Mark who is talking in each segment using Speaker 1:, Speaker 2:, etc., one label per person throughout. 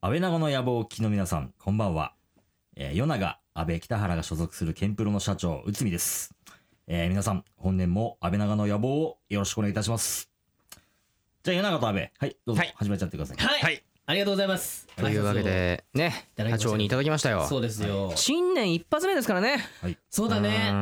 Speaker 1: 安倍長の野望をお聞きの皆さん、こんばんは。えー、与永、安倍北原が所属するケンプロの社長、内海です。えー皆さん、本年も安倍長の野望をよろしくお願いいたします。じゃあ、与永と安倍、はい、どうぞ、
Speaker 2: はい
Speaker 1: 始めちゃってください。
Speaker 3: はい、
Speaker 2: はい
Speaker 3: ありがとうございます
Speaker 2: というわけでね
Speaker 3: いただき
Speaker 2: 課
Speaker 3: ましたよ
Speaker 2: 長にいただきました
Speaker 3: 挨拶を
Speaker 2: よ
Speaker 3: そうですよ、
Speaker 2: 新年一発目ですからね
Speaker 3: そうだねま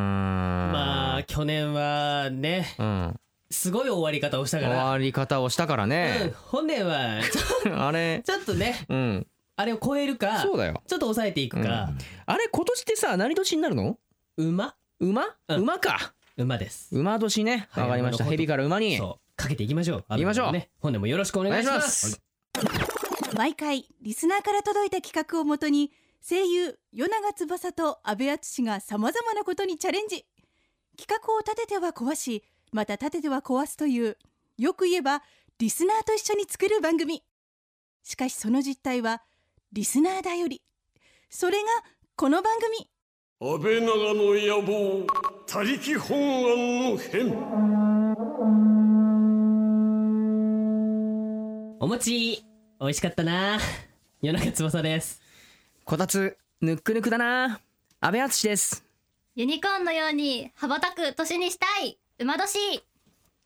Speaker 2: ま
Speaker 3: あ去年はね
Speaker 2: うん
Speaker 3: すごい終わり方をしたか
Speaker 2: 終
Speaker 3: ら
Speaker 2: わり方をしたから
Speaker 3: うん
Speaker 2: ね
Speaker 3: 本年はち ょ
Speaker 2: あれ
Speaker 3: ちょっとね
Speaker 2: うん
Speaker 3: あれを超えるかち
Speaker 2: そ
Speaker 3: ょ
Speaker 2: う
Speaker 3: っ
Speaker 2: だよ
Speaker 3: と抑えていくか、
Speaker 2: あれ今年ってさ何年になるの
Speaker 3: 馬
Speaker 2: 馬
Speaker 3: うん
Speaker 2: 馬か
Speaker 3: 馬です
Speaker 2: 馬年ね
Speaker 3: はい
Speaker 2: わかりました
Speaker 3: 馬のこと
Speaker 2: 蛇から馬に
Speaker 3: そうかけていきましょう
Speaker 2: 行きましょう
Speaker 3: あのね本年もよろしくお
Speaker 2: お
Speaker 3: 願
Speaker 2: 願
Speaker 3: い
Speaker 2: い
Speaker 3: し
Speaker 2: し
Speaker 3: ま
Speaker 2: ますす
Speaker 4: 毎回リスナーから届いた企画をもとに声優与永翼と阿部淳がさまざまなことにチャレンジ企画を立てては壊しまた立てては壊すというよく言えばリスナーと一緒に作る番組しかしその実態はリスナーだよりそれがこの番組
Speaker 5: 安倍長の野望他力本願の変
Speaker 3: お餅美味しかったな 夜中翼です
Speaker 2: こたつぬっくぬくだな安倍敦です
Speaker 6: ユニコーンのように羽ばたく年にしたい馬年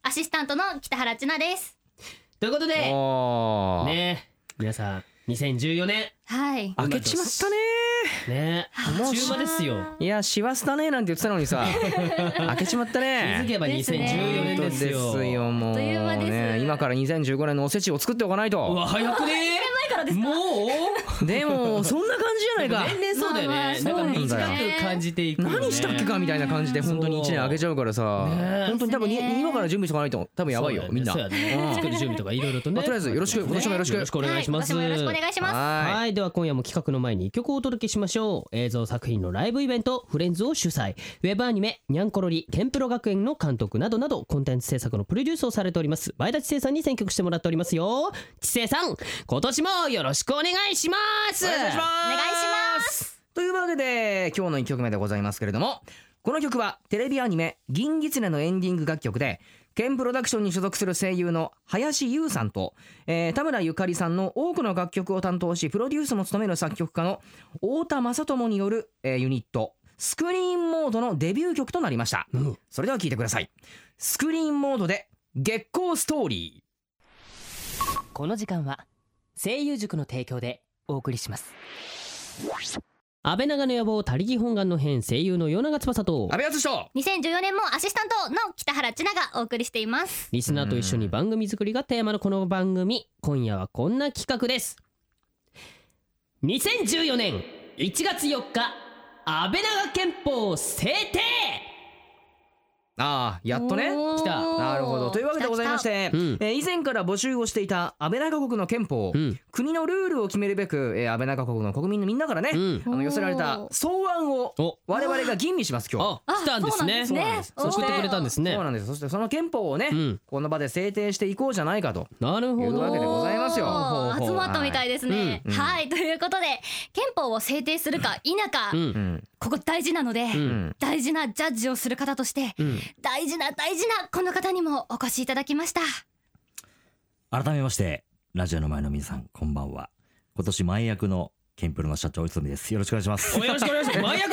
Speaker 6: アシスタントの北原千奈です
Speaker 3: ということ
Speaker 2: お
Speaker 3: で
Speaker 2: おー
Speaker 3: ね皆さん2014年
Speaker 6: はい
Speaker 2: 開けちまったね
Speaker 3: ね
Speaker 2: もう
Speaker 3: 中馬ですよ
Speaker 2: いや師走だねなんて言ってたのに さ開けちまった
Speaker 3: 気づ
Speaker 2: ね
Speaker 3: けば
Speaker 6: です
Speaker 2: 本
Speaker 3: 2014年
Speaker 6: ね
Speaker 3: で
Speaker 2: 当
Speaker 3: す
Speaker 2: で
Speaker 3: よ
Speaker 2: すよもう
Speaker 6: あっという間です
Speaker 2: ね今から2015年のおせちを作っておかないうと
Speaker 3: わ早くねもう
Speaker 2: でもそんな感じじゃないか
Speaker 3: 年齢そうだよ
Speaker 6: まあま
Speaker 3: ねな
Speaker 6: あ
Speaker 3: んか
Speaker 2: そうだ
Speaker 3: 短
Speaker 6: ね
Speaker 3: く感じていくよね
Speaker 2: 何したっけかみたいな感じで本当に1年開けちゃうからさ
Speaker 3: ね
Speaker 2: 本当に多分に
Speaker 6: ですね
Speaker 2: 今から準備しとかないと多分やばいよみんな
Speaker 3: そうだねそうだね
Speaker 2: うん
Speaker 3: 作る準備とかいろいろと
Speaker 2: ま
Speaker 3: ね
Speaker 2: あとりあえずよろしく今年もよろしく
Speaker 3: お願いします
Speaker 6: は今年もよろしくお願いします
Speaker 2: は
Speaker 3: はいでは今夜も企画の前に一曲をお届けしましょう映像作品のライブイベント「フレンズ」を主催ウェブアニメ「ニャンコロリ」「ケンプロ学園」の監督などなどコンテンツ制作のプロデュースをされております前田知世さんに選曲してもらっておりますよ知世さん今年もよろしくお願いします
Speaker 2: いお願いします
Speaker 6: お願いします
Speaker 2: というわけで今日の1曲目でございますけれどもこの曲はテレビアニメ「銀狐」のエンディング楽曲でケンプロダクションに所属する声優の林優さんと、えー田村ゆかりさんの多くの楽曲を担当しプロデュースも務める作曲家の太田正智による、えーユニットスクリーンモードのデビュー曲となりました、
Speaker 3: うん
Speaker 2: それでは聴いてくださいスクリーンモードで月光ストーリー
Speaker 7: この時間は声優塾の提供でお送りします
Speaker 3: 安倍長の野望たりぎ本願の編声優の与永翼と
Speaker 2: 阿部淳と
Speaker 6: 2014年もアシスタントの北原千奈がお送りしています
Speaker 3: リスナーと一緒に番組作りがテーマのこの番組今夜はこんな企画です2014年1月4日安倍長憲法制定
Speaker 2: ああやっとね
Speaker 6: おー
Speaker 3: 来た
Speaker 2: なるほどというわけでございまし
Speaker 6: 来
Speaker 2: て、
Speaker 3: うん
Speaker 2: えー以前から募集をしていた安倍長国の憲法、
Speaker 3: うん
Speaker 2: 国のルールを決めるべく、えー安倍長国の国民のみんなからね、
Speaker 3: うん
Speaker 2: あの寄せられた草案を
Speaker 3: お
Speaker 2: 我々が吟味します今日。
Speaker 3: あ来たんですね
Speaker 6: そうなんですね
Speaker 3: 送ってくれたんですね
Speaker 2: そうなんですそしてその憲法をね、
Speaker 3: うん
Speaker 2: この場で制定していこうじゃないかと
Speaker 3: なる
Speaker 2: と
Speaker 3: ほ
Speaker 2: いうわ
Speaker 3: ど
Speaker 2: けでございますよ
Speaker 6: おー
Speaker 2: ほうほう
Speaker 6: 集まったみたいですね
Speaker 2: はいうん
Speaker 6: はいということで憲法を制定するか否か
Speaker 3: う
Speaker 2: うんん
Speaker 6: ここ大事なので
Speaker 2: うん
Speaker 6: 大事なジャッジをする方として
Speaker 3: うん
Speaker 6: 大事な大事なこの方にもお越しいただきました
Speaker 1: 改めまして、ラジオの前の皆さん、こんばんは。今年前役のケンプロの社長、内海です。よろしくお願いします。
Speaker 3: よろしくお願いします前役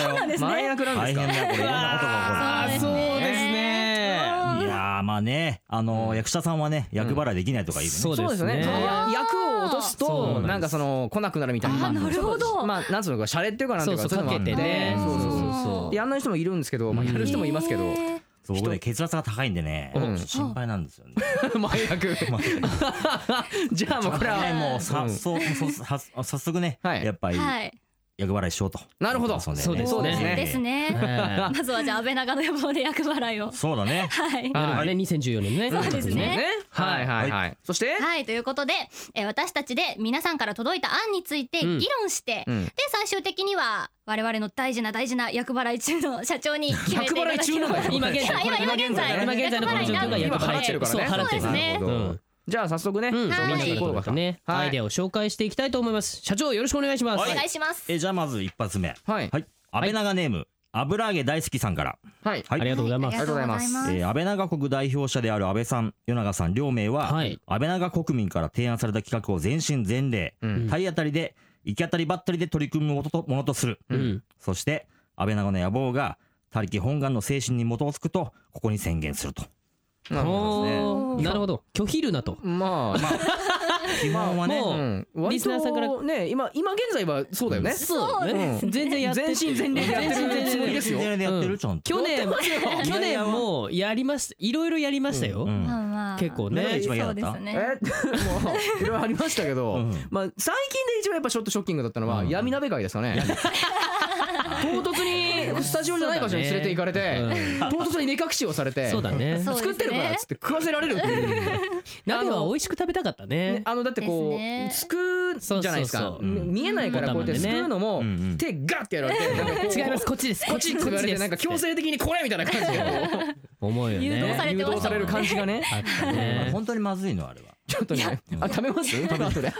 Speaker 3: なんですね
Speaker 1: 前役だよ。
Speaker 2: 前
Speaker 1: 大
Speaker 2: 役なんです
Speaker 1: 変
Speaker 2: か
Speaker 1: だよ、これ。いろんなことが
Speaker 3: あ
Speaker 1: 起
Speaker 3: ー
Speaker 1: こ
Speaker 3: そう
Speaker 1: る。
Speaker 3: ですね
Speaker 1: いやー、まあね、あのー、役者さんはね、役払いできないとか言うね。
Speaker 3: そう
Speaker 2: そうですよね
Speaker 3: そうですね
Speaker 2: や役を落とす
Speaker 3: そうなん
Speaker 2: と
Speaker 3: です
Speaker 2: なんかその来なくなるみたいな
Speaker 6: あーなるほど
Speaker 2: まあなんつうのかシャレっていうかなんてい
Speaker 3: そ
Speaker 2: ううか
Speaker 3: そうか
Speaker 2: い
Speaker 3: け
Speaker 2: の
Speaker 3: て
Speaker 2: もあって
Speaker 3: ね
Speaker 2: そうそうそう
Speaker 3: そう
Speaker 2: やんない人もいるんですけど、まあ、やる人もいますけど、
Speaker 6: え
Speaker 1: そう僕ね血圧が高いんでね、
Speaker 2: うん
Speaker 1: 心配なんですよね。
Speaker 2: 前役じゃあもうこれは
Speaker 1: ねもうさ、
Speaker 2: うん
Speaker 1: そうそうさ早速ね、
Speaker 2: はい
Speaker 1: やっぱ
Speaker 6: ー
Speaker 1: り
Speaker 6: はい
Speaker 1: 役払いしようと。
Speaker 2: なるほど
Speaker 1: そう
Speaker 3: そうです
Speaker 2: そ
Speaker 3: ね
Speaker 2: うですね
Speaker 6: ですね。
Speaker 3: ね
Speaker 6: まずはじゃあ安倍長の野望で役払いを。
Speaker 1: そうだ ね。
Speaker 6: はい。
Speaker 3: なるほどね2014年ね
Speaker 6: そうですね
Speaker 2: はいはいはいそして
Speaker 6: はいということで、えー私たちで皆さんから届いた案について
Speaker 3: うん
Speaker 6: 議論して、
Speaker 2: うん
Speaker 6: で最終的には我々の大事な大事な役払い中の社長に決めていただき
Speaker 2: 100払い中なの
Speaker 6: ます
Speaker 2: よ
Speaker 3: 今現在
Speaker 6: 今今現在
Speaker 3: 今現在のこの状況が
Speaker 2: 今
Speaker 3: 役
Speaker 2: 払
Speaker 3: 払
Speaker 2: っ
Speaker 3: い
Speaker 2: てるからね
Speaker 3: そう払ってる
Speaker 6: そうですね
Speaker 2: なるほど
Speaker 3: うん
Speaker 2: じゃあ早速ね、
Speaker 3: うん、
Speaker 2: そう
Speaker 6: はい
Speaker 3: みんな
Speaker 2: 見てい
Speaker 3: で
Speaker 2: こう
Speaker 3: こ
Speaker 2: か
Speaker 3: うね、
Speaker 2: はい
Speaker 3: アイデアを紹介していきたいと思います社長よろしくお願いします
Speaker 6: お願いします。
Speaker 1: えじゃあまず一発目。
Speaker 2: はい
Speaker 1: 安倍長ネーム、油揚げ大好きさんから、
Speaker 2: はい
Speaker 1: は
Speaker 3: ありがとうございま
Speaker 2: あ
Speaker 3: す
Speaker 2: りがとうございます
Speaker 6: ありがとうござい
Speaker 1: えー安倍長国代表者である安倍さん、与永さん両名は、
Speaker 3: はい
Speaker 1: 安倍長国民から提案された企画を全身全霊、
Speaker 2: うん
Speaker 1: 体当たりで行き当たりばったりで取り組むものとものとする、
Speaker 3: うん
Speaker 1: そして安倍長の野望が他力本願の精神に基づくとここに宣言す ると
Speaker 2: なるほどですね
Speaker 3: おーなるほど拒否るなと
Speaker 2: まあま
Speaker 1: 基本はね、
Speaker 3: もう
Speaker 2: あ
Speaker 3: リスナーさんから
Speaker 2: ね今今現在はそうだよね
Speaker 3: そう
Speaker 6: そうですね
Speaker 3: 全然やって
Speaker 2: 全身全霊でやってるつもりですよ
Speaker 1: 全然やって
Speaker 3: うん
Speaker 1: るちゃんと、
Speaker 3: 去年
Speaker 1: よ
Speaker 3: 去年もやりましたいろいろやりましたよ、
Speaker 1: うん
Speaker 6: まあまあ
Speaker 3: 結構
Speaker 1: ね
Speaker 3: ね
Speaker 1: 一番嫌だった
Speaker 6: そうです
Speaker 2: え
Speaker 6: ね
Speaker 2: もういろいろありましたけど、
Speaker 1: うん
Speaker 2: まあ最近で一番やっぱちょっとショッキングだったのは
Speaker 1: うん
Speaker 2: 闇鍋会ですかね。 唐突にスタジオじゃない場所に連れて行かれて、唐突に目隠しをされて、
Speaker 3: そうだね
Speaker 6: そうで
Speaker 2: 作
Speaker 6: すね
Speaker 2: ってるからっつって食わせられるっていう。
Speaker 3: 鍋は美味しく食べたかった
Speaker 2: ね
Speaker 3: ね
Speaker 2: あのだってこ
Speaker 6: ですね
Speaker 2: うすくうじゃないです
Speaker 3: そうそ
Speaker 2: か
Speaker 3: う。
Speaker 1: そううん
Speaker 2: 見えないからこうやってすくうのも
Speaker 1: うんうん
Speaker 2: 手ガッてやられて、なんかこう
Speaker 3: 違いますこっちです
Speaker 2: こっちって言われてなんか強制的にこれみたいな感じでこ
Speaker 3: 思うよね
Speaker 6: 誘導されてまし
Speaker 2: うさ
Speaker 6: たね
Speaker 2: れる感じがね。
Speaker 3: あった
Speaker 1: まあ
Speaker 3: ね
Speaker 1: 本当にまずいのあれは
Speaker 2: ちょっとね、あ食べます？後で。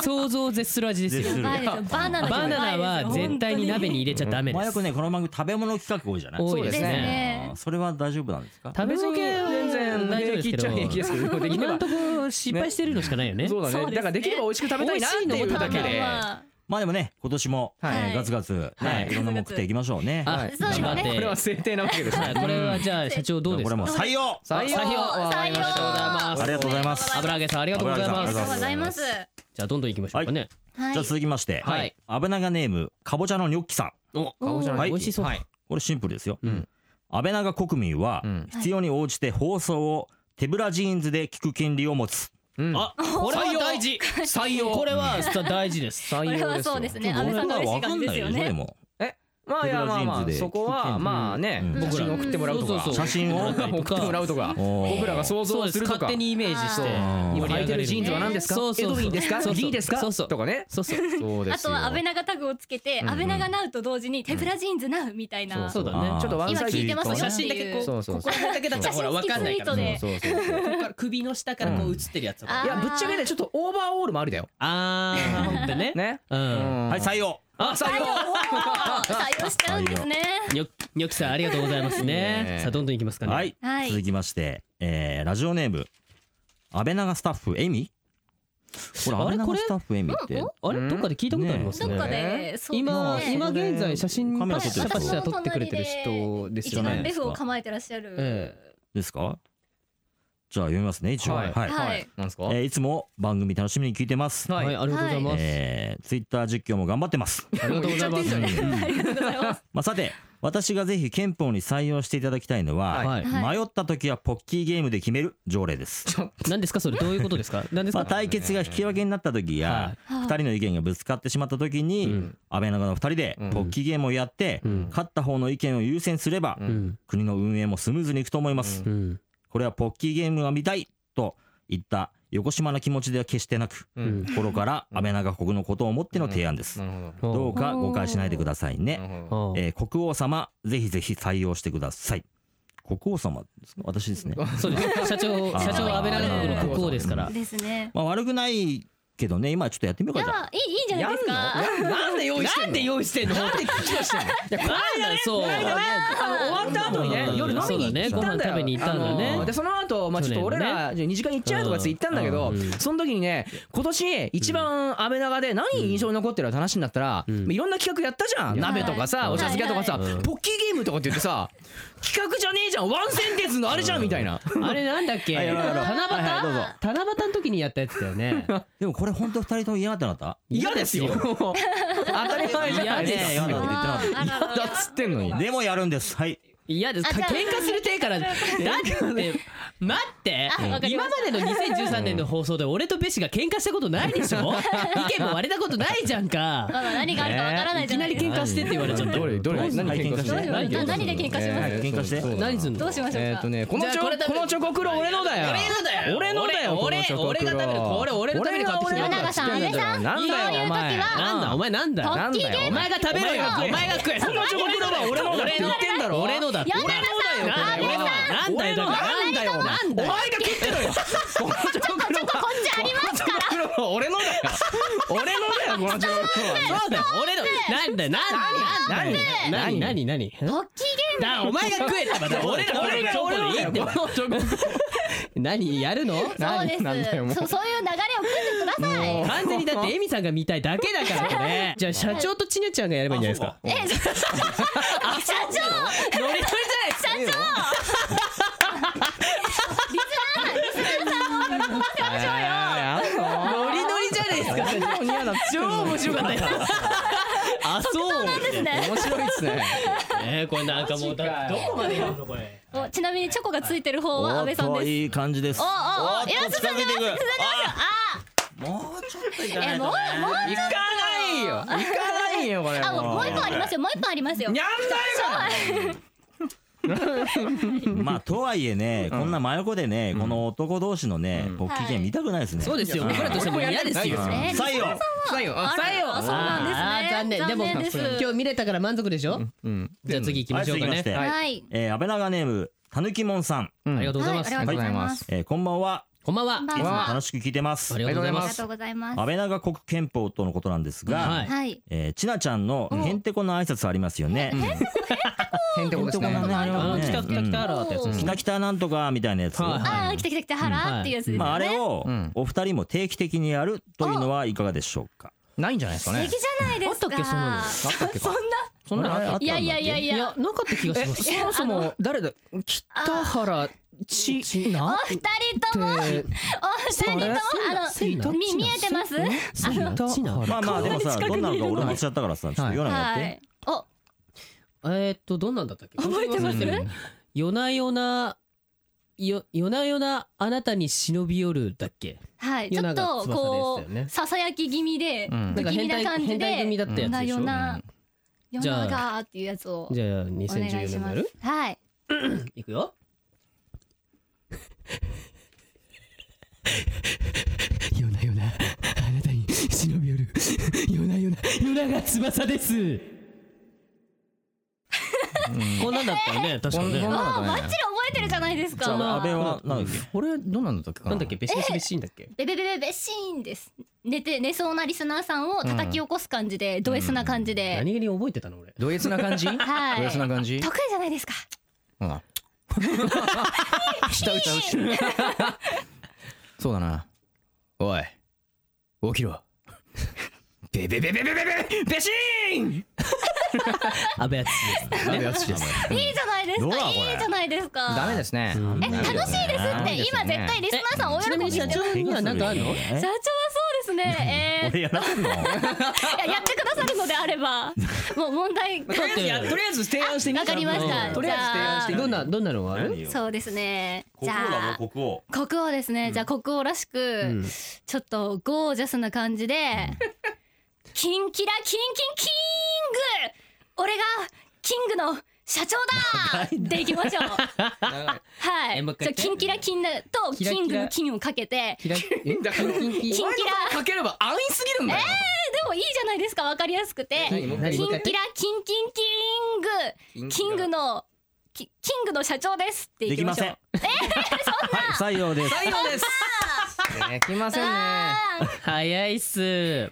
Speaker 3: 想像を絶する味です
Speaker 1: 絶する
Speaker 3: よ
Speaker 6: やばいですよバナナ
Speaker 3: バナナは絶対に鍋に入れちゃダメで
Speaker 1: まあよ
Speaker 3: す
Speaker 1: くねこの番組食べ物企画多いじゃない
Speaker 3: 多いです
Speaker 2: そうです
Speaker 3: ね
Speaker 6: ね
Speaker 1: あーそれは大丈夫なんですか
Speaker 3: 食べそけは
Speaker 2: 全然
Speaker 3: 大丈
Speaker 2: 平
Speaker 3: 夫です
Speaker 2: 気っ
Speaker 3: け
Speaker 2: ち
Speaker 3: ど
Speaker 2: ゃ平気ですけど、できれ
Speaker 3: 今の
Speaker 2: ば
Speaker 3: ところ失敗してるのしかないよね
Speaker 2: そうだね
Speaker 6: そうですね
Speaker 2: だからできれば美味しく食べたいなっていうだけで、
Speaker 1: まあでもね今年も、
Speaker 2: はい
Speaker 1: えーガツガツ、ね
Speaker 2: はい
Speaker 1: い、ろんな目的いきましょうね
Speaker 3: あ
Speaker 6: そうですね
Speaker 3: 頑張って
Speaker 2: これは制定なわけです
Speaker 3: はい
Speaker 2: ね。
Speaker 3: これはじゃあ社長どうで
Speaker 1: こ
Speaker 3: す
Speaker 1: れ
Speaker 3: か
Speaker 1: もう採用
Speaker 2: 採用
Speaker 3: 採用
Speaker 2: わかりました
Speaker 6: 採用
Speaker 1: ありがとうございます
Speaker 3: 油揚げさんありがとうござい
Speaker 6: あ
Speaker 3: ま
Speaker 6: り
Speaker 3: す
Speaker 6: がとうございます
Speaker 3: じゃあどんどん行きましょうかね
Speaker 6: はい
Speaker 1: じゃあ続きまして、
Speaker 3: はい
Speaker 1: 安倍長ネームかぼちゃのニョッキさん
Speaker 3: お
Speaker 6: かぼちゃの
Speaker 1: はい
Speaker 3: 美味しそう
Speaker 2: はい
Speaker 1: これシンプルですよ、
Speaker 2: ん
Speaker 1: 安倍長国民は
Speaker 2: うん
Speaker 1: 必要に応じて放送を手ぶらジーンズで聞く権利を持つ、
Speaker 2: うん
Speaker 3: あこれは大事採用これはさ大事です
Speaker 2: 採
Speaker 6: これ
Speaker 2: 用
Speaker 6: は
Speaker 2: ですよ
Speaker 6: そうですね
Speaker 1: こ
Speaker 6: 安
Speaker 1: れ
Speaker 6: 倍さんの
Speaker 1: は
Speaker 6: 嬉しい
Speaker 1: 分か
Speaker 6: 感
Speaker 1: ん
Speaker 6: じ
Speaker 1: な
Speaker 6: で
Speaker 1: い
Speaker 6: す
Speaker 1: よ
Speaker 6: よ
Speaker 1: ねで
Speaker 6: ね
Speaker 1: も
Speaker 2: まあいやま
Speaker 1: テ
Speaker 2: あま
Speaker 1: クノジーン
Speaker 2: あ
Speaker 1: ズで
Speaker 2: そこはまあね
Speaker 1: うん
Speaker 2: 写真
Speaker 6: 僕ら
Speaker 2: 送ってもらうと
Speaker 3: そうそう
Speaker 2: か
Speaker 3: そう
Speaker 1: 写真を
Speaker 2: 僕ら送ってもらうとか
Speaker 1: おー
Speaker 2: 僕らが想像すると
Speaker 3: 勝
Speaker 2: か
Speaker 3: 手にイメージして
Speaker 6: あ
Speaker 1: ー
Speaker 2: 今履
Speaker 3: 盛り上
Speaker 2: い
Speaker 3: が
Speaker 2: て
Speaker 3: れ
Speaker 2: る
Speaker 3: よう
Speaker 2: ジー
Speaker 3: に
Speaker 2: ンズは何ですか
Speaker 3: そうそうそう
Speaker 2: エドウィンですか
Speaker 3: そうそう
Speaker 2: D ですか
Speaker 3: そうそう
Speaker 2: とかね
Speaker 3: そうそう
Speaker 2: そうで
Speaker 6: あ
Speaker 2: す
Speaker 6: と
Speaker 2: よ
Speaker 6: は安倍長タグをつけて安倍長ナウと同時に手ぶらジーンズナウみたいな
Speaker 3: そうだね
Speaker 1: あー
Speaker 2: ちょっとワン
Speaker 6: 今
Speaker 2: サイズ
Speaker 6: 聞いてますよ
Speaker 3: 写
Speaker 6: って
Speaker 3: 真だ
Speaker 6: い
Speaker 3: け
Speaker 6: う
Speaker 3: こう
Speaker 2: そうそうそう
Speaker 3: ここだけだったらほらわかんないから
Speaker 6: 写真付
Speaker 2: そ
Speaker 6: き
Speaker 2: うそうそう
Speaker 3: ここから首の下からこう映ってるやつとか
Speaker 2: いやぶっちゃけねちょっとオーバーオールもありだよ
Speaker 3: あーほんとね
Speaker 2: ね
Speaker 3: うん
Speaker 1: はい採用
Speaker 3: あ採用
Speaker 6: 採用しちゃうんですね
Speaker 3: ニョニョキさんありがとうございますね
Speaker 2: ね
Speaker 3: さあどんどん行きますかね
Speaker 1: はい、
Speaker 6: はい
Speaker 1: 続きまして、えーラジオネーム安倍長スタッフエミこれ
Speaker 3: あ
Speaker 1: 安
Speaker 3: れ
Speaker 1: 倍
Speaker 3: こ
Speaker 1: 長
Speaker 3: れ
Speaker 1: スタッフエミって
Speaker 3: あ
Speaker 2: う
Speaker 3: れ
Speaker 2: ん
Speaker 3: どっかで聞いたことあります
Speaker 6: どっか
Speaker 3: ね
Speaker 6: でそう
Speaker 3: 今
Speaker 6: ですね
Speaker 3: 今現在写真
Speaker 1: カメラ撮
Speaker 3: パ
Speaker 1: ってる人
Speaker 3: シャパシャ撮ってくれてる人です
Speaker 6: 一
Speaker 3: よ
Speaker 6: 番
Speaker 3: ね
Speaker 6: レフを構えてらっしゃる
Speaker 3: ええ
Speaker 1: ですかじゃあ読みますね一応
Speaker 2: はい
Speaker 1: はい
Speaker 6: はい
Speaker 2: なんですか
Speaker 1: えーいつも番組楽しみに聞いてます、
Speaker 3: はいありがとうございます
Speaker 1: えー、ツイッター実況も頑張ってます
Speaker 3: ありがとうございます
Speaker 6: ありがとうございます
Speaker 1: まあ、さて私がぜひ憲法に採用していただきたいのは、
Speaker 3: はい
Speaker 6: はい
Speaker 1: 迷った時はポッキーゲームで決める条例です、
Speaker 3: 何ですかそれどういうことですか何です
Speaker 1: まあ、
Speaker 3: か
Speaker 1: 対決が引き分けになった時
Speaker 3: は
Speaker 1: や
Speaker 3: い
Speaker 1: 2人の意見がぶつかってしまった時に、
Speaker 3: うん
Speaker 1: 安倍長の2人で
Speaker 2: うん
Speaker 1: ポッキーゲームをやって、
Speaker 3: うん
Speaker 1: 勝った方の意見を優先すれば、
Speaker 2: う
Speaker 3: うん
Speaker 1: 国の運営もスムーズにいくと思います、
Speaker 2: うん
Speaker 3: うん
Speaker 1: これはポッキーゲームが見たいと言った横島な気持ちでは決してなく
Speaker 2: う
Speaker 3: うん
Speaker 2: ん
Speaker 1: 心から安倍長国のことを思っての提案です、
Speaker 2: なるほ
Speaker 3: うん
Speaker 1: どうか誤解しないでください
Speaker 2: ど
Speaker 1: ね
Speaker 2: なるほど
Speaker 3: ああ
Speaker 1: えー国王様ぜひぜひ採用してください国王様ですか私ですね
Speaker 3: そうです社長
Speaker 1: あー
Speaker 3: 社長安倍長国の国王ですから
Speaker 6: ですね
Speaker 1: まあ悪くないけどね今ちょっとやってみよう
Speaker 6: い
Speaker 1: か
Speaker 6: や
Speaker 1: じゃあ
Speaker 6: いいいいんじゃないですか
Speaker 2: なんで用意してんの
Speaker 3: なんで用意してんのなんで聞き出してんのなんだそう
Speaker 2: あの終わった後にね
Speaker 3: うん
Speaker 2: 夜飲みに行ったんだよ
Speaker 3: そうだねご飯食べに行ったんだね
Speaker 2: あのでその後まあちょっと俺ら2時間行っちゃうとかつって言ったんだけど
Speaker 3: うん
Speaker 2: その時にね今年一番安倍長で何印象に残ってるって話になったら
Speaker 3: ん
Speaker 2: まあいろんな企画やったじゃん鍋とか
Speaker 6: は
Speaker 2: さ
Speaker 6: い
Speaker 2: お茶漬けとかさ
Speaker 6: は
Speaker 2: ポッキーゲームとかって言ってさ企画じゃねえじゃんワンセンテンスのあれじゃんみたいな
Speaker 3: あれなんだっけ
Speaker 1: は
Speaker 3: 七
Speaker 1: い
Speaker 3: 夕
Speaker 1: やろうやろうはいはいどうぞ
Speaker 3: 七夕の時にやったやつだよね
Speaker 1: でもこれ本当二人とも嫌がってなかっ
Speaker 2: 嫌ですよ当たり前じゃないで
Speaker 3: 嫌
Speaker 2: す
Speaker 3: だよ
Speaker 1: 嫌
Speaker 2: よ
Speaker 6: あーあらら
Speaker 2: だっつってんのに
Speaker 1: たでもやるんですはい
Speaker 3: いやです
Speaker 6: あじゃあ
Speaker 3: 喧嘩する手からだって待って
Speaker 6: あわかり
Speaker 3: 今
Speaker 6: ま
Speaker 3: ま
Speaker 6: し
Speaker 3: での2013年の放送で俺とベシが喧嘩したことないでしょ意見も割れたことないじゃんか
Speaker 6: まあまあ何があるかわからない
Speaker 3: い
Speaker 6: じゃ
Speaker 3: きな
Speaker 6: ない
Speaker 3: り
Speaker 6: です
Speaker 3: 喧嘩してって言われちゃった
Speaker 2: どれどれ
Speaker 1: どうすんの
Speaker 2: 何喧嘩して
Speaker 1: 喧嘩して
Speaker 2: んの
Speaker 6: 何何で喧嘩します
Speaker 1: えー喧嘩して
Speaker 2: そうだな
Speaker 3: 何すんの
Speaker 6: かどうしましょうか
Speaker 2: えっとねこの
Speaker 3: じゃあこれ食べる
Speaker 2: このチョコクロ俺のだよ
Speaker 3: 俺
Speaker 2: 俺
Speaker 3: の
Speaker 2: の
Speaker 3: だ
Speaker 2: だ
Speaker 3: よ
Speaker 2: よ
Speaker 3: 俺
Speaker 2: このチョコクロ
Speaker 3: 俺が食べる俺俺のために買ってきた
Speaker 6: 俺が俺が
Speaker 3: んだよ
Speaker 6: 安倍さん
Speaker 2: なんだよお前
Speaker 6: そういう
Speaker 3: な
Speaker 6: 時は
Speaker 3: んだお前なんだよ
Speaker 6: ポッキーゲーム
Speaker 3: お前が食べろよ
Speaker 2: お
Speaker 3: お前
Speaker 2: 前
Speaker 3: が食え
Speaker 2: このチョコクロは俺のだって言ってんだろ
Speaker 3: 俺のだって
Speaker 6: やだ
Speaker 3: 俺のだよなんだ
Speaker 2: 俺
Speaker 3: よ
Speaker 2: のなんだよお前
Speaker 3: なん
Speaker 2: お
Speaker 3: だよ
Speaker 2: 前が 食ってろよこのチョコクロは
Speaker 6: こっちあります
Speaker 2: このチョコクロは俺のだよ俺のだよ
Speaker 5: ごめんなさ
Speaker 3: そ
Speaker 5: い
Speaker 3: うだよ俺のなんだよなんだよ何何何何何
Speaker 6: ポッキーゲーム
Speaker 3: だお前が食えたから俺ら俺ら俺らいいって 何やるの
Speaker 6: そうです
Speaker 8: なんだよもう
Speaker 6: そうそういう流れを組んでください
Speaker 3: 完全にだってエミさんが見たいだけだからこ れじゃあ社長とちぬちゃんがやればいいんじゃないですか
Speaker 6: え社長
Speaker 3: ノ
Speaker 6: リス
Speaker 3: リノリじゃないですか
Speaker 6: ナーリスナーさんを喜ばせましょうよ
Speaker 8: あ
Speaker 3: ノリノリじゃないですか超面白かったよ あそう
Speaker 6: ですね
Speaker 8: 面白いですね
Speaker 3: えーこれなんかもうだどこまでやるのこれ
Speaker 6: おちなみにチョコがついてる方は安倍さん
Speaker 1: おっと
Speaker 6: です
Speaker 1: いい感じです
Speaker 6: おおおいや進んでます進んでます
Speaker 1: もうちょっといか
Speaker 6: あ
Speaker 1: ない
Speaker 6: え
Speaker 1: と
Speaker 6: もうもう
Speaker 8: 行かないよ行かないよこれ
Speaker 6: あもうもう一本ありますよもう一本ありますよ
Speaker 8: やんだよ
Speaker 1: まあとはいえね、こんな真横でね、この男同士のね、こう機嫌見たくないですね。
Speaker 3: そうですよ
Speaker 1: ん
Speaker 3: 僕らとしても嫌ですよ
Speaker 1: うん
Speaker 6: ね
Speaker 1: 採用。
Speaker 8: 最後
Speaker 6: あ
Speaker 8: あ
Speaker 6: ら
Speaker 8: 最後
Speaker 6: あそうなんですね
Speaker 3: あー残念
Speaker 6: 残念です
Speaker 3: でも今日見れたから満足でしょ、
Speaker 8: うん
Speaker 3: じゃあ次行きましょうか
Speaker 1: はい
Speaker 3: ね
Speaker 1: 次行きまして
Speaker 6: はいはい
Speaker 1: えー、安倍長ネームたぬきもんさん、
Speaker 8: うん
Speaker 3: ありがとうございます、
Speaker 6: ありがとうございます
Speaker 1: えー、こんばんは。
Speaker 3: こんばんは
Speaker 6: こんば
Speaker 1: い
Speaker 6: ん
Speaker 1: つ
Speaker 6: は
Speaker 1: も楽しく聞いてます。
Speaker 3: あ
Speaker 1: 安
Speaker 3: りがとうござい
Speaker 8: あ
Speaker 6: あ
Speaker 3: ま
Speaker 6: りが
Speaker 3: す
Speaker 6: とうございます
Speaker 1: 倍長国憲法とのことなんですが、
Speaker 3: はい
Speaker 6: はい
Speaker 1: えー、ちなちゃんのへんてこな挨拶ありますよね。
Speaker 8: 変ってことですね
Speaker 1: 変ってことだね
Speaker 3: あ
Speaker 1: う
Speaker 3: ー
Speaker 1: ん
Speaker 3: 来た来た来たらってやつです
Speaker 1: き
Speaker 3: ね
Speaker 1: たきたなんとかみたいなやつ。
Speaker 3: はい
Speaker 6: あー来た来た来たハ
Speaker 3: うんは
Speaker 6: ラ
Speaker 3: い
Speaker 6: っていうやつですね
Speaker 1: まああれを
Speaker 8: うん
Speaker 1: お二人も定期的にやるというのはいかがでしょうか。
Speaker 8: ないんじゃないですか
Speaker 6: 素
Speaker 8: ね
Speaker 6: 敵じゃないですか
Speaker 3: あったっけそんなの
Speaker 8: あったっけか
Speaker 3: そんなのあったっけ
Speaker 6: いやいやいやい
Speaker 3: いや
Speaker 6: や
Speaker 3: なかった気がし
Speaker 8: え
Speaker 3: ます
Speaker 8: そもそも誰だ北原ち
Speaker 6: お
Speaker 8: な
Speaker 6: 二人とも
Speaker 8: って
Speaker 6: お二人ともあのみ見えてます
Speaker 3: あ
Speaker 8: あの
Speaker 1: まあまあでもさどんなのか俺も知っちゃったからさ、ちょっと言わない
Speaker 6: は
Speaker 1: でやっ
Speaker 6: いお
Speaker 3: えーっとどんなんだったっけ
Speaker 6: 覚えてます
Speaker 3: うん夜な夜なよ夜な夜なあなたに忍び寄るだっけ
Speaker 6: はいち
Speaker 3: 夜
Speaker 6: ょっ
Speaker 3: 長
Speaker 6: と
Speaker 3: 翼
Speaker 6: こ
Speaker 3: でしたよね
Speaker 6: うささやき気味で
Speaker 8: うん
Speaker 3: なんか
Speaker 6: 不気味
Speaker 3: 変
Speaker 6: な
Speaker 3: 態
Speaker 6: 感じ
Speaker 3: 変態組
Speaker 6: で
Speaker 3: だったやつでしょ
Speaker 6: 夜な
Speaker 3: ん
Speaker 6: 夜
Speaker 3: じゃあ
Speaker 6: ながーっていうやつを
Speaker 3: じゃあ
Speaker 6: お願い
Speaker 3: 2014
Speaker 6: し
Speaker 3: 年に
Speaker 6: ま
Speaker 3: な
Speaker 6: す
Speaker 3: る
Speaker 6: はい
Speaker 3: いくよ夜な夜なあなたに忍び寄る夜な夜な夜なが翼ですこんなんだったよね確かね
Speaker 8: こん
Speaker 6: あ
Speaker 8: な
Speaker 6: ー
Speaker 8: んだね
Speaker 6: ばっちり覚えてるじゃないですか
Speaker 1: て。安倍はなんか
Speaker 8: これどうなんだったっけか
Speaker 3: なんだっけべしべしべしんだっけ
Speaker 6: ベベベベベシーンです寝て寝そうなリスナーさんを叩き起こす感じで、ド S な感じで、
Speaker 3: 何気に覚えてたの俺
Speaker 8: ドエツな感じド
Speaker 6: はい
Speaker 8: エツな感じ
Speaker 6: 得意じゃないですか
Speaker 8: うん下打ちそうだなおい起きろベベベベベベベベシーン
Speaker 3: 安倍敦です
Speaker 8: 鍋敦です
Speaker 6: いいじゃないです
Speaker 1: どうだ
Speaker 6: か
Speaker 1: これ
Speaker 6: いいじゃないですか
Speaker 8: ダメですね
Speaker 3: うん
Speaker 6: え楽しいですって
Speaker 8: いいです
Speaker 6: 今
Speaker 8: ね
Speaker 6: 絶対リスナーさんお喜
Speaker 3: ちなみ
Speaker 6: び
Speaker 3: に
Speaker 6: して
Speaker 3: 社
Speaker 6: る社
Speaker 3: 長には何かあるの
Speaker 6: 長はそうですねえー
Speaker 1: 俺やらせんの。
Speaker 6: いややってくださるのであれ ばもう問題
Speaker 3: とりあえずやとりあえず提案してみ
Speaker 6: わかりました
Speaker 3: とりあえず提案して みどんなどんなのがある
Speaker 1: 何よ
Speaker 6: そうですねじ
Speaker 1: 国
Speaker 6: ゃ
Speaker 1: 王だ
Speaker 6: あ
Speaker 1: ぞ国王。
Speaker 6: 国王ですね、じゃあ国王らしく、
Speaker 3: ん
Speaker 6: ちょっとゴージャスな感じで、キンキラキンキンキング俺がキングの社長だでいきましょうはい
Speaker 3: えもう一
Speaker 6: じゃ
Speaker 3: 回
Speaker 6: あキンキラキンだと
Speaker 3: キラキ
Speaker 6: キ
Speaker 3: ラ
Speaker 6: ングの金をかけて
Speaker 3: キラだからキンキン
Speaker 6: キンキラ
Speaker 8: かければ安易すぎるんだよ
Speaker 6: でもいいじゃないですかわかりやすくてキン
Speaker 3: 何
Speaker 6: キ
Speaker 3: 何
Speaker 6: ラキンキン
Speaker 3: 何
Speaker 6: キングキングのキキングの社長ですってい
Speaker 1: で
Speaker 6: き
Speaker 1: き
Speaker 6: ま
Speaker 1: ま
Speaker 6: しょ
Speaker 1: せ。
Speaker 6: うん
Speaker 1: はい採用です。
Speaker 8: 最後ですできませんね
Speaker 6: あー
Speaker 3: 早いっす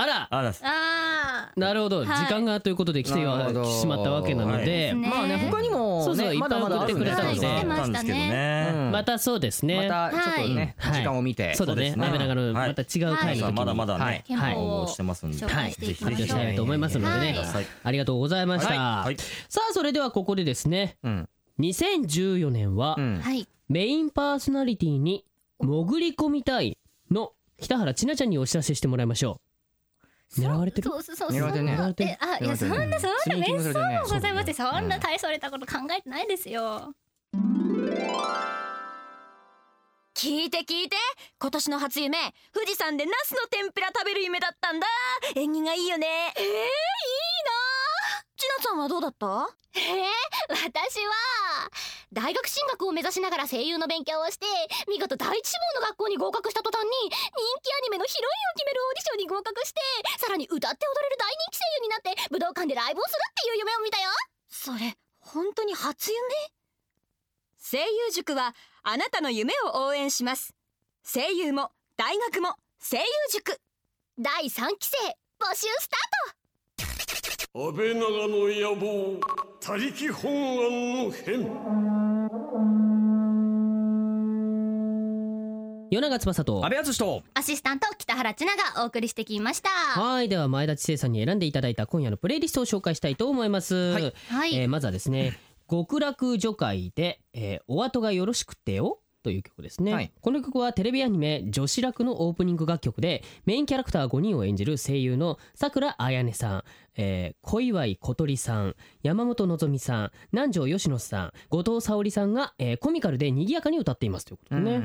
Speaker 3: あら
Speaker 1: あだす。
Speaker 6: あ
Speaker 3: なるほど、
Speaker 6: はい
Speaker 3: 時間がということで来て
Speaker 8: な
Speaker 3: は
Speaker 8: るほど
Speaker 3: しまったわけなので、
Speaker 6: ね
Speaker 8: まあね他にもね
Speaker 3: そうそういっぱ
Speaker 8: ま
Speaker 3: い
Speaker 8: だまだあるんで
Speaker 3: 送ってくれたので
Speaker 1: そうそう
Speaker 6: 来てま
Speaker 1: あったん
Speaker 6: し
Speaker 1: で
Speaker 6: た
Speaker 1: すけど
Speaker 8: う
Speaker 1: ね。
Speaker 8: ん
Speaker 3: またそうですね、
Speaker 8: またちょっとね、
Speaker 6: はい
Speaker 8: 時間を見て、
Speaker 3: そうだね
Speaker 1: そうですね
Speaker 3: 鍋長の
Speaker 1: はい
Speaker 3: また違う
Speaker 1: 皆
Speaker 3: 回の時
Speaker 1: さ
Speaker 3: に
Speaker 1: んまだまだね。
Speaker 6: ー憲
Speaker 3: はい
Speaker 6: 法
Speaker 1: 応
Speaker 6: を
Speaker 1: 募してますんで。
Speaker 6: 紹
Speaker 3: は
Speaker 6: 介
Speaker 3: い
Speaker 6: していき
Speaker 3: 発
Speaker 6: まし
Speaker 3: 表
Speaker 6: ょう
Speaker 3: したいと思いますのでね、
Speaker 6: はい
Speaker 1: はい
Speaker 3: ありがとうございました、
Speaker 1: はい。
Speaker 3: さあそれではここでですね
Speaker 8: うん
Speaker 3: 2014年は、
Speaker 8: うん、
Speaker 6: はい
Speaker 3: メインパーソナリティに潜り込みたいの北原千奈ちゃんにお知らせしてもらいましょう狙われてる
Speaker 6: そうそうそう
Speaker 8: 狙われてるね
Speaker 6: そんなえあいやそん
Speaker 8: 狙われて
Speaker 6: な
Speaker 8: る
Speaker 6: そんな
Speaker 8: スニーキン
Speaker 6: 面
Speaker 8: グされ
Speaker 6: 相
Speaker 8: てるね
Speaker 6: もございまして
Speaker 8: そうだね
Speaker 6: そんな大それたこと考えてないですよ
Speaker 9: 聞いて聞いて今年の初夢富士山でナスの天ぷら食べる夢だったんだ縁起がいいよねえー、いいなちなさんはどうだった
Speaker 6: えー、私は大学進学を目指しながら声優の勉強をして見事第一志望の学校に合格した途端に人気アニメのヒロインを決めるオーディションに合格してさらに歌って踊れる大人気声優になって武道館でライブをするっていう夢を見たよ
Speaker 9: それ本当に初夢声優塾はあなたの夢を応援します声優も大学も声優塾
Speaker 6: 第3期生募集スタート
Speaker 5: 安倍長の野望他力本願の変
Speaker 3: 与永翼と
Speaker 1: 安倍敦史と
Speaker 6: アシスタント北原千奈がお送りしてきましたは
Speaker 3: はいでは前田知世さんに選んでいただいた今夜のプレイリストを紹介したいと思います、
Speaker 1: はい
Speaker 6: い、
Speaker 3: えーまずはですね 極楽女会で、えーお後がよろしくてよという曲ですね、
Speaker 2: はい
Speaker 3: この曲はテレビアニメ「女子楽」のオープニング楽曲でメインキャラクター5人を演じる声優のさくらあやねさん、えー小祝小鳥さん山本のぞみさん南條佳乃さん後藤沙織さんが、えーコミカルで賑やかに歌っていますということでね、はあ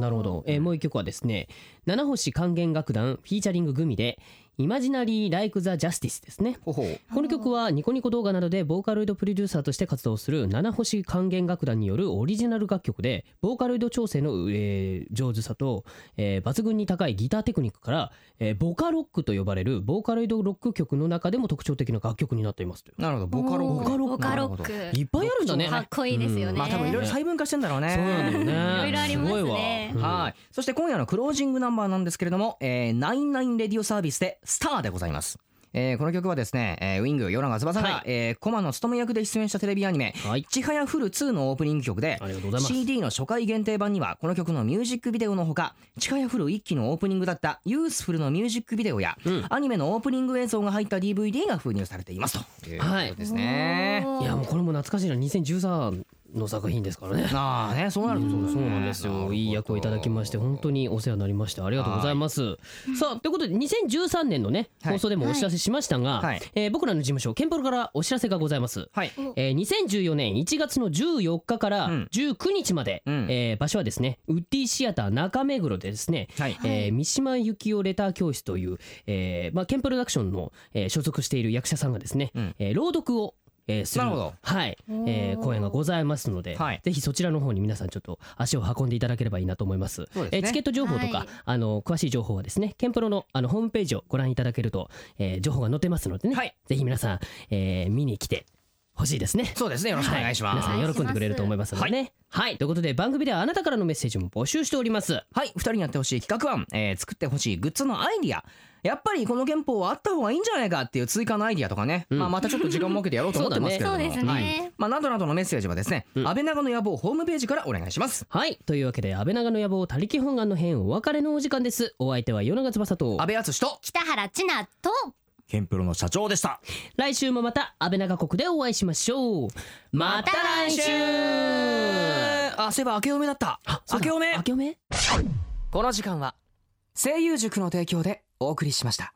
Speaker 3: なるほど、えーもう一曲はですね七星管弦楽団フィーチャリンググミで「イマジナリー・ライク・ザ・ジャスティス」ですね
Speaker 2: ほほう
Speaker 3: この曲はニコニコ動画などでボーカロイドプロデューサーとして活動する七星管弦楽団によるオリジナル楽曲でボーカロイド調整の、えー上手さと、えー抜群に高いギターテクニックから、えーボカロックと呼ばれるボーカロイドロック曲の中でも特徴的な楽曲になっていますという
Speaker 2: なるほどボカロ
Speaker 3: ボカロック
Speaker 6: ボカロ
Speaker 2: なるほ
Speaker 6: ッ
Speaker 2: ど
Speaker 6: ク
Speaker 3: いっぱいあるんだね
Speaker 6: かっこいいですよ
Speaker 3: う
Speaker 6: ね、
Speaker 3: ん
Speaker 2: まあ多分いろいろ細分化してんだろうね
Speaker 3: そうなんだよね
Speaker 6: いろいろありますね
Speaker 3: すごいわ、
Speaker 2: はいそして今夜のクロージングナンバーなんですけれども「えーナインナインレディオサービス」で「スター」でございます。えーこの曲はですね、えーウィング、ヨナガ翼が、
Speaker 3: はい
Speaker 2: えーコマの務め役で出演したテレビアニメ、
Speaker 3: うんはい
Speaker 2: ちはやふる2のオープニング曲で
Speaker 3: ありがとうございます
Speaker 2: CD の初回限定版にはこの曲のミュージックビデオのほか「ちはやふる1期のオープニングだった「ユースフル」のミュージックビデオや、
Speaker 3: ん
Speaker 2: アニメのオープニング映像が入った DVD が封入されていますというこ
Speaker 3: はい
Speaker 2: とですね。
Speaker 3: いやもうこれも懐かしいな2013の作品ですからね
Speaker 2: ああねそうなるとそうだね
Speaker 3: そうなんです
Speaker 2: なるほ
Speaker 3: よ
Speaker 2: ど
Speaker 3: いい役をいただきまして本当にお世話になりましてありがとうございますさあということで2013年のね
Speaker 2: はい
Speaker 3: 放送でもお知らせしましたが、
Speaker 2: はい
Speaker 3: えー僕らの事務所ケンポロからお知らせがございます
Speaker 2: はい
Speaker 3: えー2014年1月の14日から
Speaker 2: うん
Speaker 3: 19日まで、
Speaker 2: うん
Speaker 3: えー場所はですねウッディシアター中目黒でですね、
Speaker 2: はい
Speaker 3: えー三島由紀夫レター教室という、えーまあ、ケンプロダクションの、えー所属している役者さんがですね、
Speaker 2: うん
Speaker 3: えー朗読を、えーする
Speaker 2: なるほど
Speaker 3: はいえー公演がございますので、
Speaker 2: はい
Speaker 3: ぜひそちらの方に皆さんちょっと足を運んでいただければいいなと思います
Speaker 2: そうですね
Speaker 3: えーチケット情報とか、
Speaker 6: はい
Speaker 3: あの詳しい情報はですねケンプロのあのホームページをご覧いただけると、えー情報が載ってますのでね、
Speaker 2: はい
Speaker 3: ぜひ皆さん、えー見に来てほしいですね。
Speaker 2: そうですねよろしくお願いしま
Speaker 3: は皆
Speaker 2: す。
Speaker 3: さん喜んでくれると思いますのでね。はい、ということで番組ではあなたからのメッセージも募集しております。
Speaker 2: はい、2人にやってほしい企画案、えー作ってほしいグッズのアイディア、やっぱりこの憲法はあった方がいいんじゃないかっていう追加のアイディアとかね、
Speaker 3: うん
Speaker 2: まあ、またちょっと時間を設けてやろうと思ってますけれど
Speaker 6: そう
Speaker 2: も、
Speaker 6: ですね、
Speaker 2: はいまあ、などなどのメッセージはですね、
Speaker 3: ん
Speaker 2: 安倍長の野望ホームページからお願いします。
Speaker 3: はい、というわけで安倍長の野望他力本願の編お別れのお時間です。お相手は夜長翼と
Speaker 2: 安倍敦と
Speaker 6: 北原千奈と
Speaker 1: ケンプロの社長でした
Speaker 3: 来週もまた安倍長国でお会いしましょう。また来週。
Speaker 2: あ、そういえば明けおめだった。明けおめ
Speaker 3: 明けおめ。
Speaker 2: この時間は、声優塾の提供でお送りしました。